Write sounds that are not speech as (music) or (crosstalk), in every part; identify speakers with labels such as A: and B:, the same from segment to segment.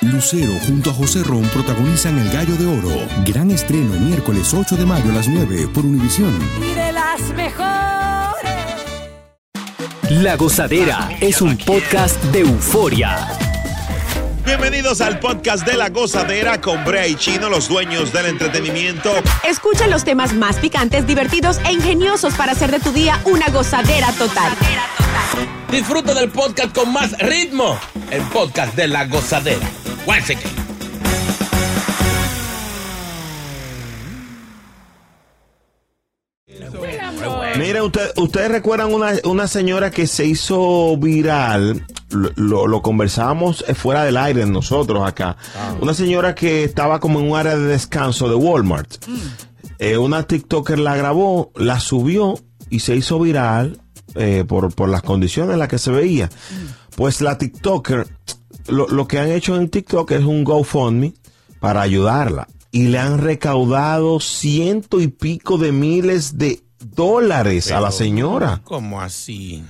A: Lucero junto a José Ron protagonizan El Gallo de Oro. Gran estreno miércoles 8 de mayo a las 9 por Univisión.
B: Y de las mejores.
C: La Gozadera es un podcast de euforia.
D: Bienvenidos al podcast de La Gozadera con Brea y Chino, los dueños del entretenimiento.
E: Escucha los temas más picantes, divertidos e ingeniosos para hacer de tu día una gozadera total.
F: Disfruta del podcast con más ritmo. Oh, El podcast de La Gozadera. Guáseque.
D: Mire, usted, ustedes recuerdan una, una señora que se hizo viral, lo, lo- lo conversábamos eh, fuera del aire nosotros acá. Una señora que estaba como en un área de descanso de Walmart. Eh, una TikToker la grabó, la subió y se hizo viral eh, por, por las condiciones en las que se veía.
G: Mm.
D: Pues la TikToker, lo, lo que han hecho en TikTok es un GoFundMe para ayudarla. Y le han recaudado ciento y pico de miles de dólares a la señora.
F: ¿Cómo así?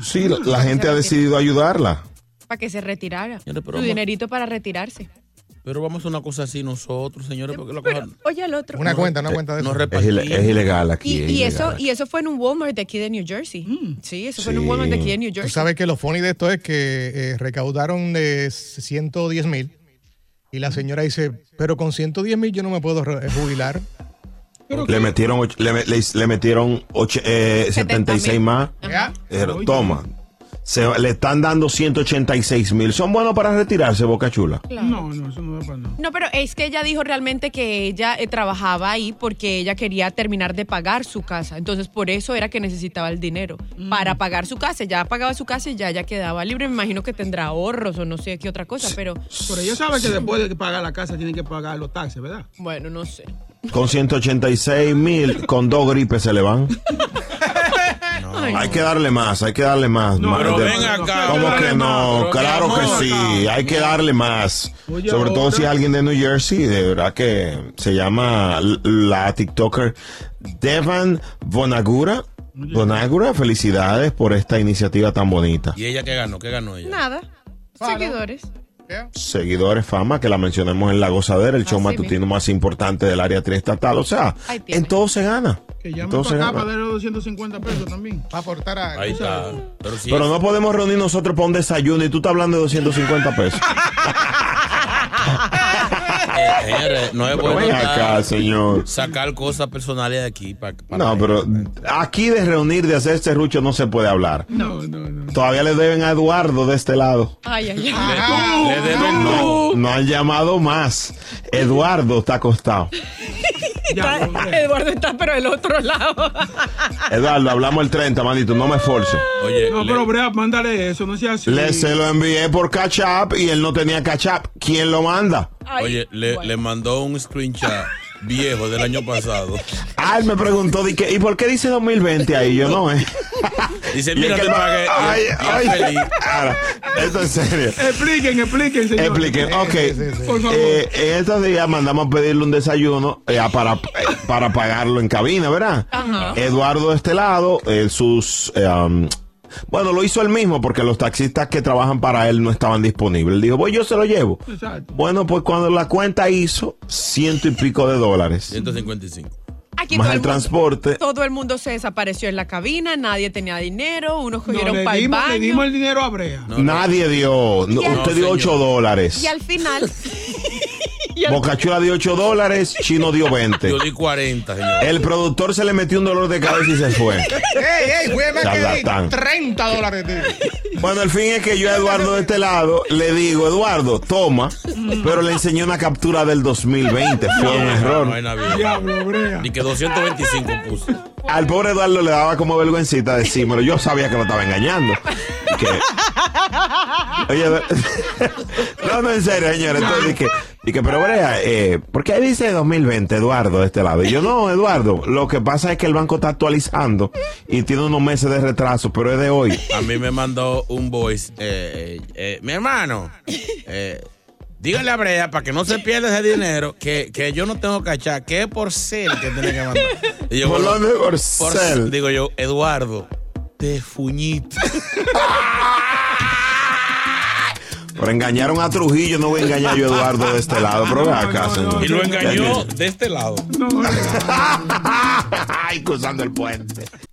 D: Sí, la, la gente ha decidido ayudarla.
G: Para que se retirara.
F: Señores, pero
G: Su
F: vamos-
G: dinerito para retirarse.
F: Pero vamos a una cosa así nosotros, señores, porque la
G: Pero,
F: cosa
G: oye, el otro.
H: Una cuenta, una cuenta de
F: no
H: eso.
D: Es,
F: repartimos.
D: ile- es ilegal aquí.
G: y,
D: es
G: y
D: ilegal
G: eso,
D: aquí.
G: y eso fue en un Walmart de aquí de New Jersey. sí, eso fue en un
D: Sí.
G: Walmart de aquí de New
H: Tú
G: Jersey.
H: sabes que lo funny de esto es que eh, recaudaron de 110 mil y la señora dice, pero con 110 mil yo no me puedo re- eh, jubilar.
D: Le metieron, och- le, me- le- le metieron och- eh, 76
G: mil.
D: más.
H: Ya.
D: Pero toma. Se- le están dando 186 mil. Son buenos para retirarse, Boca Chula.
G: No, pero es que ella dijo realmente que ella eh, trabajaba ahí porque ella quería terminar de pagar su casa. Entonces, por eso era que necesitaba el dinero para pagar su casa. Ya pagaba su casa y ya ya quedaba libre. Me imagino que tendrá ahorros o no sé qué otra cosa, pero
I: Pero ella sabe que después de pagar la casa tienen que pagar los taxes, ¿verdad?
G: bueno, no sé.
D: Con 186 mil, con dos gripes se
F: (laughs)
D: le van.
G: Ay,
D: Hay que darle más, hay que darle más.
I: No,
D: Ma-
F: pero
D: de-
F: ven acá.
D: ¿Cómo
I: Hay que
D: que
I: darle
D: no?
F: más, pero
D: claro
F: mi
D: que
F: amor,
D: sí, hay que darle más.
I: Oye,
D: Sobre todo
I: ahora-
D: si es alguien de New Jersey, de verdad que se llama l- la TikToker Devan Bonagura. Bonagura, felicidades por esta iniciativa tan bonita.
F: ¿Y ella qué ganó? ¿Qué ganó ella?
G: Nada.
H: Claro.
G: Seguidores.
D: seguidores, fama, que la mencionemos en La Gozadera, el show
G: Así
D: matutino más importante del área triestatal. O sea,
G: Ahí tiene.
D: en todo se gana.
I: Que
D: En
I: llamen
D: todo se
I: para acá para
D: gana.
I: darle los 250 pesos también.
H: Va a aportar a...
F: Ahí está. Pero sí.
D: Pero no podemos reunir nosotros para un desayuno y tú estás hablando de
I: (laughs)
D: 250 pesos.
F: eh, señores, no es
D: Pero
F: bueno
D: ven acá,
F: dar-
D: señor.
F: sacar cosas personales de aquí. pa- para
D: No, pero aquí de reunir, de hacer este rucho no se puede hablar.
I: No, no, no.
D: Todavía le deben a Eduardo de este lado.
G: Ay, ay, ay.
F: Le deben no.
I: Uh.
D: No, no han llamado más. Eduardo
I: (laughs)
D: está acostado.
I: Ya, no, no.
G: Eduardo está pero del otro lado. (laughs)
D: Eduardo, hablamos el 30, manito, no me esforce.
F: Oye,
I: No,
F: le-
I: pero Brea, mándale eso, no sea así.
D: Le se lo envié por catch up y él no tenía catch up. ¿Quién lo manda?
G: Ay,
F: oye, le, le mandó un screenshot viejo del año
D: (laughs)
F: pasado.
D: Ah, él me preguntó, di que, ¿y por qué dice 2020 ahí? Yo no, ¿eh?
F: Dice,
D: Y
F: (laughs)
D: es
F: mira,
D: que
F: te
D: él-
F: pagué. y-
D: Ay,
F: y es
D: ay.
F: feliz.
D: (laughs) Ahora, esto es serio.
I: Expliquen, expliquen, señor.
D: Expliquen, ok.
I: Por favor.
D: Eh, en estos días mandamos a pedirle un desayuno eh, para, eh, para pagarlo en cabina, ¿verdad?
G: Ajá.
D: Eduardo de este lado, eh, sus... eh, um, bueno, lo hizo él mismo porque los taxistas que trabajan para él no estaban disponibles. Él dijo, voy, yo se lo llevo.
I: Exacto.
D: Bueno, pues cuando la cuenta hizo ciento y pico de dólares,
F: 155.
G: Aquí
D: más
G: todo, el
D: el
G: mundo,
D: transporte,
G: todo el mundo se desapareció en la cabina, nadie tenía dinero, unos
I: No,
G: cogieron
I: le,
G: para el
I: dimos, le dimos
G: baño.
I: el dinero a Brea.
F: No,
D: nadie dio. no,
G: Y al-
D: usted dio
F: No,
D: 8
F: señor.
D: dólares.
G: Y al final, y al-
D: Bocachula dio 8 dólares, Chino dio 20.
F: Yo di 40, señor.
D: El productor se le metió un dolor de cabeza y se fue.
H: ¡Ey, ey, güey, me quedé
D: Charlatán.
H: 30 dólares de ti.
D: Bueno, el fin es que yo a Eduardo de este lado le digo, Eduardo, toma, pero le enseñé una captura del 2020. Fue un
F: No hay
D: error.
F: navidad.
I: Diablo, Brea.
F: Ni que 225 puso.
D: Al pobre Eduardo le daba como vergüencita decírmelo. Yo sabía que lo estaba engañando. que- Oye, a ver. (laughs) no, no, en serio, señores. Entonces dije, dije, pero Brea, eh, ¿por qué dice 2020 Eduardo de este lado? Y yo, no, Eduardo, lo que pasa es que el banco está actualizando y tiene unos meses de retraso, pero es de hoy.
F: A mí me mandó un voice. eh, eh, eh, mi
H: (laughs)
F: hermano, eh, dígale a Brea para que no se pierda ese dinero que, que yo no tengo que achar, que es por cel que tiene que mandar. Y
D: ¿Por
F: bueno,
D: dónde? Por cel.
F: Digo yo, Eduardo, te fuñito.
D: Pero engañaron a Trujillo, no voy a engañar yo a Eduardo de este lado, pero ve acá, señor.
F: Y lo engañó
D: ¿Entiendes?
F: de este lado.
D: (laughs) Ay, cruzando el puente.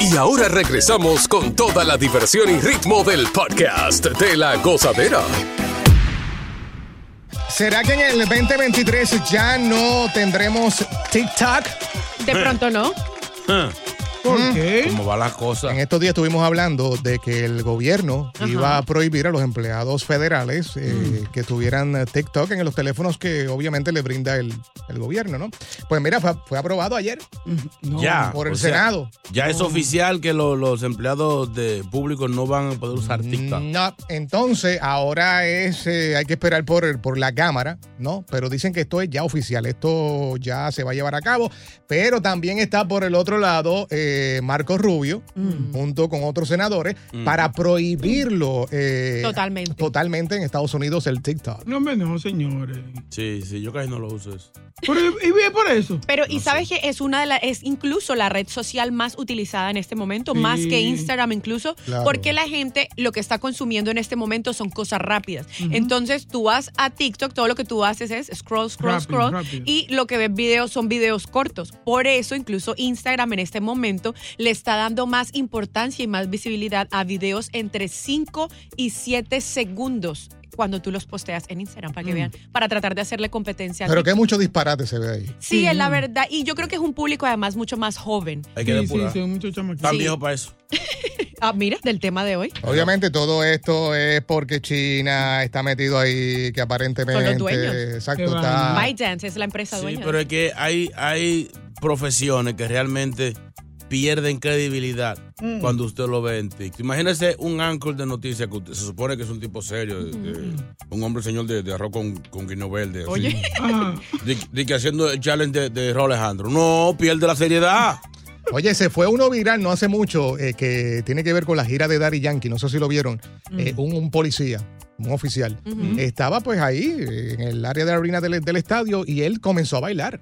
J: Y ahora regresamos con toda la diversión y ritmo del podcast de la gozadera.
H: ¿Será que en el 2023 ya no tendremos TikTok?
G: De pronto no.
H: ¿Por qué?
F: ¿Cómo va la cosa?
H: En estos días estuvimos hablando de que el gobierno
F: Ajá.
H: iba a prohibir a los empleados federales eh, que tuvieran eh, TikTok en los teléfonos que obviamente le brinda el, el gobierno, ¿no? Pues mira, fue, fue aprobado ayer
F: ya.
H: por
F: o
H: el
F: sea,
H: Senado.
F: Ya es oficial que lo- los empleados de públicos no van a poder
H: Mm.
F: usar TikTok.
H: No, entonces ahora es eh, hay que esperar por, el- por la Cámara, ¿no? Pero dicen que esto es ya oficial, esto ya se va a llevar a cabo. Pero también está por el otro lado eh, Marco Rubio,
G: Mm.
H: junto con otros senadores,
I: Mm.
H: para prohibirlo eh,
I: Totalmente.
H: totalmente en Estados Unidos el TikTok.
I: No, hombre, no, señores.
F: Sí, sí, yo casi no lo uso eso.
I: Pero, y bien por eso.
G: Pero, ¿y sabes que es una de las, es incluso la red social más utilizada en este momento,
I: Sí.
G: más que Instagram incluso,
I: Claro.
G: porque la gente lo que está consumiendo en este momento son cosas rápidas. Entonces, tú vas a TikTok, todo lo que tú haces es scroll, scroll,
I: Rápido,
G: scroll,
I: rápido.
G: y lo que ves videos son videos cortos. Por eso, incluso Instagram en este momento le está dando más importancia y más visibilidad a videos entre 5 y 7 segundos cuando tú los posteas en Instagram, para que
H: Mm.
G: vean, para tratar de hacerle competencia. al
H: Pero Mm. que
G: TikTok.
H: mucho disparate se ve ahí.
G: Sí, es la verdad. Y yo creo que es un público además mucho más joven.
F: Hay que
H: Sí, sí,
F: depurar.
H: sí,
F: Tan
G: Sí.
F: viejo para eso.
G: Ah, mira, del tema de hoy.
H: Obviamente todo esto es porque China está metido ahí, que aparentemente...
G: Son los dueños.
H: Exacto, está...
G: ByteDance es la empresa
F: Sí,
G: dueña.
F: pero es que hay, hay profesiones que realmente pierden credibilidad
G: Mm.
F: cuando usted lo ve en TikTok. Imagínese un anchor de noticias que usted- se supone que es un tipo serio, de- de- un hombre señor de, de arroz con, con guineo verde. así.
G: Mm-hmm. Oye.
F: De, de que haciendo el challenge de, de Raúl Alejandro. No, pierde la seriedad.
H: Oye, se fue uno viral no hace mucho eh, que tiene que ver con la gira de Daddy Yankee, no sé si lo vieron,
G: (laughs) Mm.
F: Mm.
H: Eh, un, un policía, un oficial,
F: Ujú.
H: estaba pues ahí eh, en el área de la arena del, del estadio y él comenzó a bailar.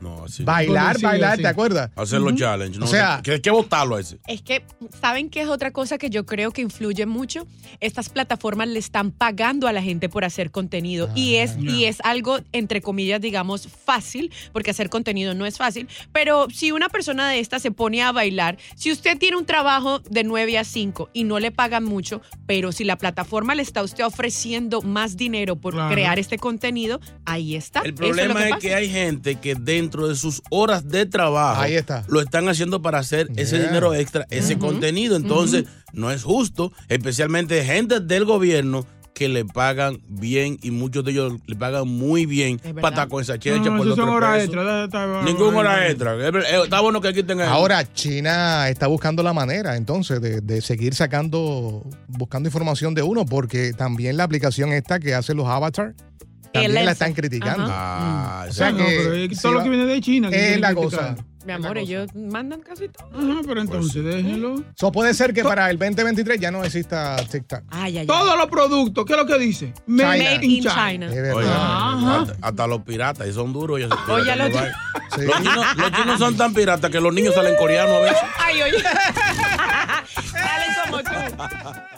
F: No, así.
H: Bailar,
F: Policía,
H: bailar,
F: sí.
H: ¿te acuerdas?
F: Hacer los
G: Mm-hmm.
H: Ujú.
F: challenges. No,
H: O sea-
F: que hay que votarlo a ese.
G: Es que, ¿saben qué es otra cosa que yo creo que influye mucho? Estas plataformas le están pagando a la gente por hacer contenido y, es,
I: Ah,
G: y es algo, entre comillas, digamos, fácil, porque hacer contenido no es fácil, pero si una persona de esta se pone a bailar, si usted tiene un trabajo de 9 a 5 y no le pagan mucho, pero si la plataforma le está a usted ofreciendo más dinero por
F: Claro.
G: crear este contenido, ahí está.
F: El
G: Ah, Eso es lo
F: problema es,
G: pasa.
F: que hay gente que dentro de sus horas de trabajo
H: Ahí está.
F: lo están haciendo para hacer ese
H: Yeah.
F: dinero extra, ese
H: Ujú,
F: contenido. Entonces, no es justo, especialmente gente del gobierno que le pagan bien y muchos de ellos le pagan muy bien para estar con esa checha
I: No, eso
F: por los
I: son
F: tres
I: horas
F: pesos.
I: extras. da- da- da-
F: Ningún hora extra. Es ver- eh, Está bueno que aquí tengan.
H: Ahora China está buscando la manera entonces de, de seguir sacando, buscando información de uno, porque también la aplicación esta que hace los avatars, También
G: El
H: la
G: Elsa.
H: están criticando.
F: Ah,
H: o sea
I: Mm. No,
H: que,
I: pero es que
H: si
I: todo lo
H: va-
I: que viene de China. que
H: Es
I: quieren
H: la
I: criticar.
H: cosa.
G: Mi amor, ellos mandan casi todo.
I: Ajá, Ah,
F: Pues
I: pero entonces déjenlo.
H: Eso puede ser que para el 2023 ya no exista TikTok.
G: Ay, ay,
I: Todos los productos, ¿qué es lo que dice? Made
F: China.
I: in China.
F: Oye,
I: Ajá.
F: hasta, hasta los piratas, y son duros. ellos se
I: Oye,
F: tiran
I: los-
F: a los bailes. Los chinos, los chinos son tan piratas que los niños salen coreanos a veces.
G: Ay, oye. (laughs) Salen como tú.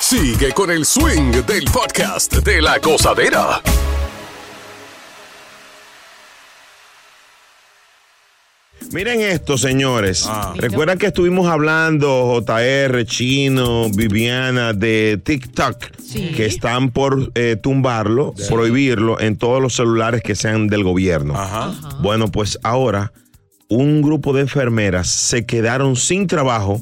J: Sigue con el swing del podcast de la gozadera.
D: Miren esto, señores.
F: Ah.
D: Recuerdan que estuvimos hablando, JR, Chino, Viviana, de TikTok, que están por eh, tumbarlo, prohibirlo en todos los celulares que sean del gobierno. Bueno, pues ahora un grupo de enfermeras se quedaron sin trabajo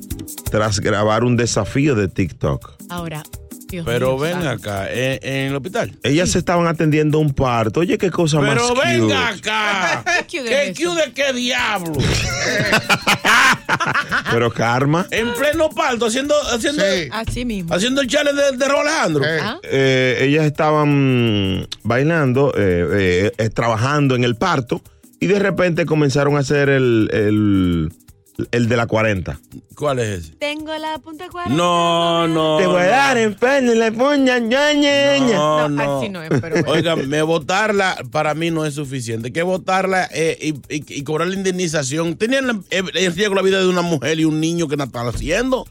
D: tras grabar un desafío de TikTok.
G: Ahora, Dios
F: Pero
G: mío,
F: ven
G: santo.
F: acá, en, en el hospital.
D: Ellas estaban atendiendo un parto. Oye, qué cosa más
F: Pero
D: cute.
F: venga acá.
G: Ah. ¿Qué
F: ¿Qué Q de qué diablo?
D: Pero Karma.
F: En pleno palto, haciendo, haciendo,
G: Así mismo. ¿Ah?
F: haciendo el challenge de, de Rolando.
I: Ah.
D: Eh, ellas estaban bailando, eh, eh, eh, trabajando en el parto y de repente comenzaron a hacer el, el, el de la 40.
F: ¿Cuál es ese?
G: Tengo la punta cuarenta.
F: No, no.
D: Te voy a
F: no.
D: dar en pene la puña, ña, ña, ña.
F: No,
G: No,
F: no.
G: así no es, pero bueno.
F: Oigan, me votarla para mí no es suficiente. Que votarla eh, y, y- y cobrar la indemnización. Tenían la- eh, en riesgo la vida de una mujer y un niño que no están haciendo.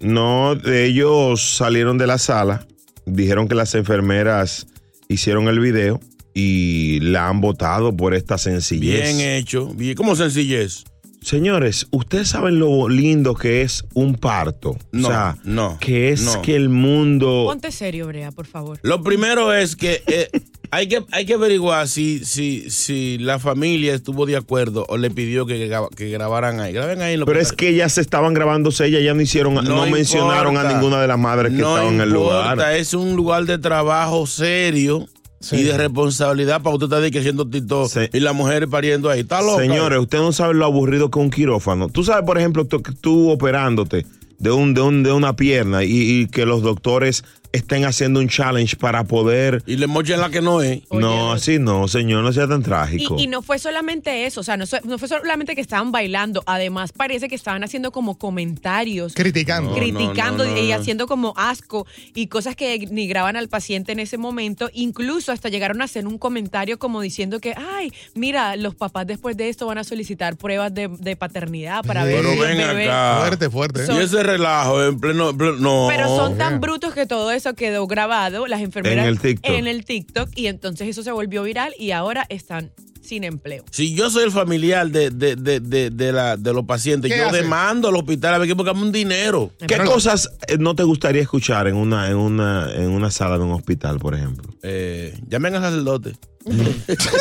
D: No, ellos salieron de la sala, dijeron que las enfermeras hicieron el video y la han votado por esta sencillez.
F: Bien eh. hecho. Bien. ¿Cómo sencillez?
D: Señores, ustedes saben lo lindo que es un parto.
F: No,
D: o sea,
F: no,
D: que es
F: no.
D: que el mundo
G: Ponte serio, Brea, por favor.
F: Lo primero es que eh, hay que hay que averiguar si, si, si la familia estuvo de acuerdo o le pidió que, gra- que grabaran ahí. Graben ahí. Lo
D: Pero es que ellas estaban grabándose, ellas ya no hicieron, no,
F: No
D: mencionaron a
F: importa.
D: ninguna de las madres que
F: no
D: estaban en el lugar.
F: importa, es un lugar de trabajo serio y de responsabilidad para usted estar de que haciendo tito y la mujer pariendo ahí. Está loca.
D: Señores, usted no sabe lo aburrido que es un quirófano. Tú sabes, por ejemplo, tú, tú operándote de un, de un- de una pierna y, y que los doctores estén haciendo un challenge para poder.
F: Y le mochen la que no es.
D: No, así no, señor, no sea tan
G: Y,
D: trágico.
G: y no fue solamente eso, o sea, no, so- no fue solamente que estaban bailando, además parece que estaban haciendo como comentarios.
H: Criticando. No, no,
G: criticando
H: no, no,
G: y
H: no.
G: haciendo como asco y cosas que denigraban al paciente en ese momento. Incluso hasta llegaron a hacer un comentario como diciendo que, ay, mira, los papás después de esto van a solicitar pruebas de, de paternidad para ver
F: Pero
G: si el
F: ven
G: bebé.
F: acá.
H: Fuerte, fuerte.
F: Y ese relajo en pleno. en pleno- no.
G: Pero son tan brutos que todo eso quedó grabado, las enfermeras
F: En el TikTok.
G: en el TikTok, y entonces eso se volvió viral y ahora están sin empleo.
F: Si yo soy el familiar de, de, de, de, de la, de los pacientes,
G: ¿Qué
F: yo
G: hace?
F: demando al hospital a ver que porque un dinero.
D: ¿Qué cosas eh, no te gustaría escuchar en una, en una, en una sala de un hospital, por ejemplo?
F: Eh, llamen al sacerdote.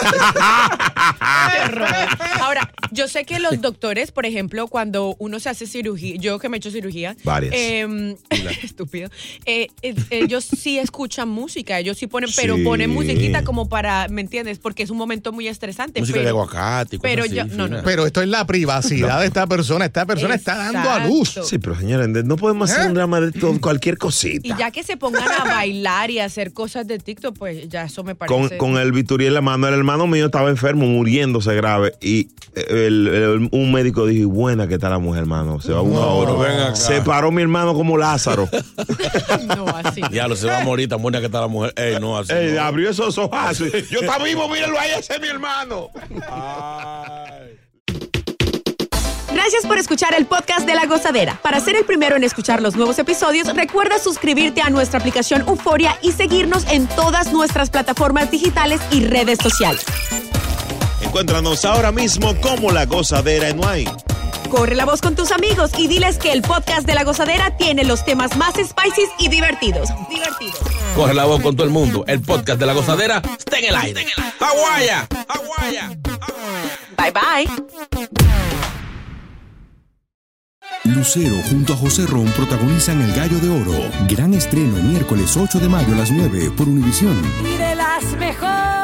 G: (laughs) Ahora, yo sé que los doctores, por ejemplo, cuando uno se hace cirugía, yo que me he hecho cirugía,
F: Varias.
G: em, (laughs) estúpido, eh, eh, ellos sí escuchan música, ellos sí ponen, pero
F: Sí.
G: ponen musiquita como para, ¿me entiendes? Porque es un momento muy estresante.
H: Música
G: pero-
H: de
F: aguacate.
H: y cosas
G: Pero
H: así,
G: yo, no, no, no.
H: Pero esto es la privacidad de esta persona. Esta persona está dando a luz.
G: Exacto.
D: Sí, pero señores, no podemos hacer un drama de todo- cualquier cosita.
G: Y ya que se pongan a bailar y a hacer cosas de TikTok, pues ya eso me parece. (laughs)
D: Con, con el bisturí en la mano. El hermano mío estaba enfermo, muriéndose grave. Y el- el- un médico dijo: Buena que está la mujer, hermano. Se va uno
F: No,
D: a otro.
F: ven acá.
D: Se paró mi hermano como Lázaro.
F: Ya lo se va a morir tan buena que está la mujer. Ey, no, así.
D: (laughs) Ey,
F: no.
D: abrió esos ojos. (laughs) Yo estaba vivo, mírenlo ahí, ese es mi hermano.
G: Gracias por escuchar el podcast de La Gozadera. Para ser el primero en escuchar los nuevos episodios, recuerda suscribirte a nuestra aplicación Euforia y seguirnos en todas nuestras plataformas digitales y redes sociales.
D: Encuéntranos ahora mismo como la gozadera en Wine.
G: Corre la voz con tus amigos y diles que el podcast de La Gozadera tiene los temas más spicy y divertidos. Divertidos.
F: Corre la voz con todo el mundo. El podcast de la gozadera está en el aire. ¡Aguaya!
G: Bye bye.
A: Lucero junto a José Ron protagonizan El Gallo de Oro. Gran estreno miércoles 8 de mayo a las 9 por Univisión.
K: y de las mejores.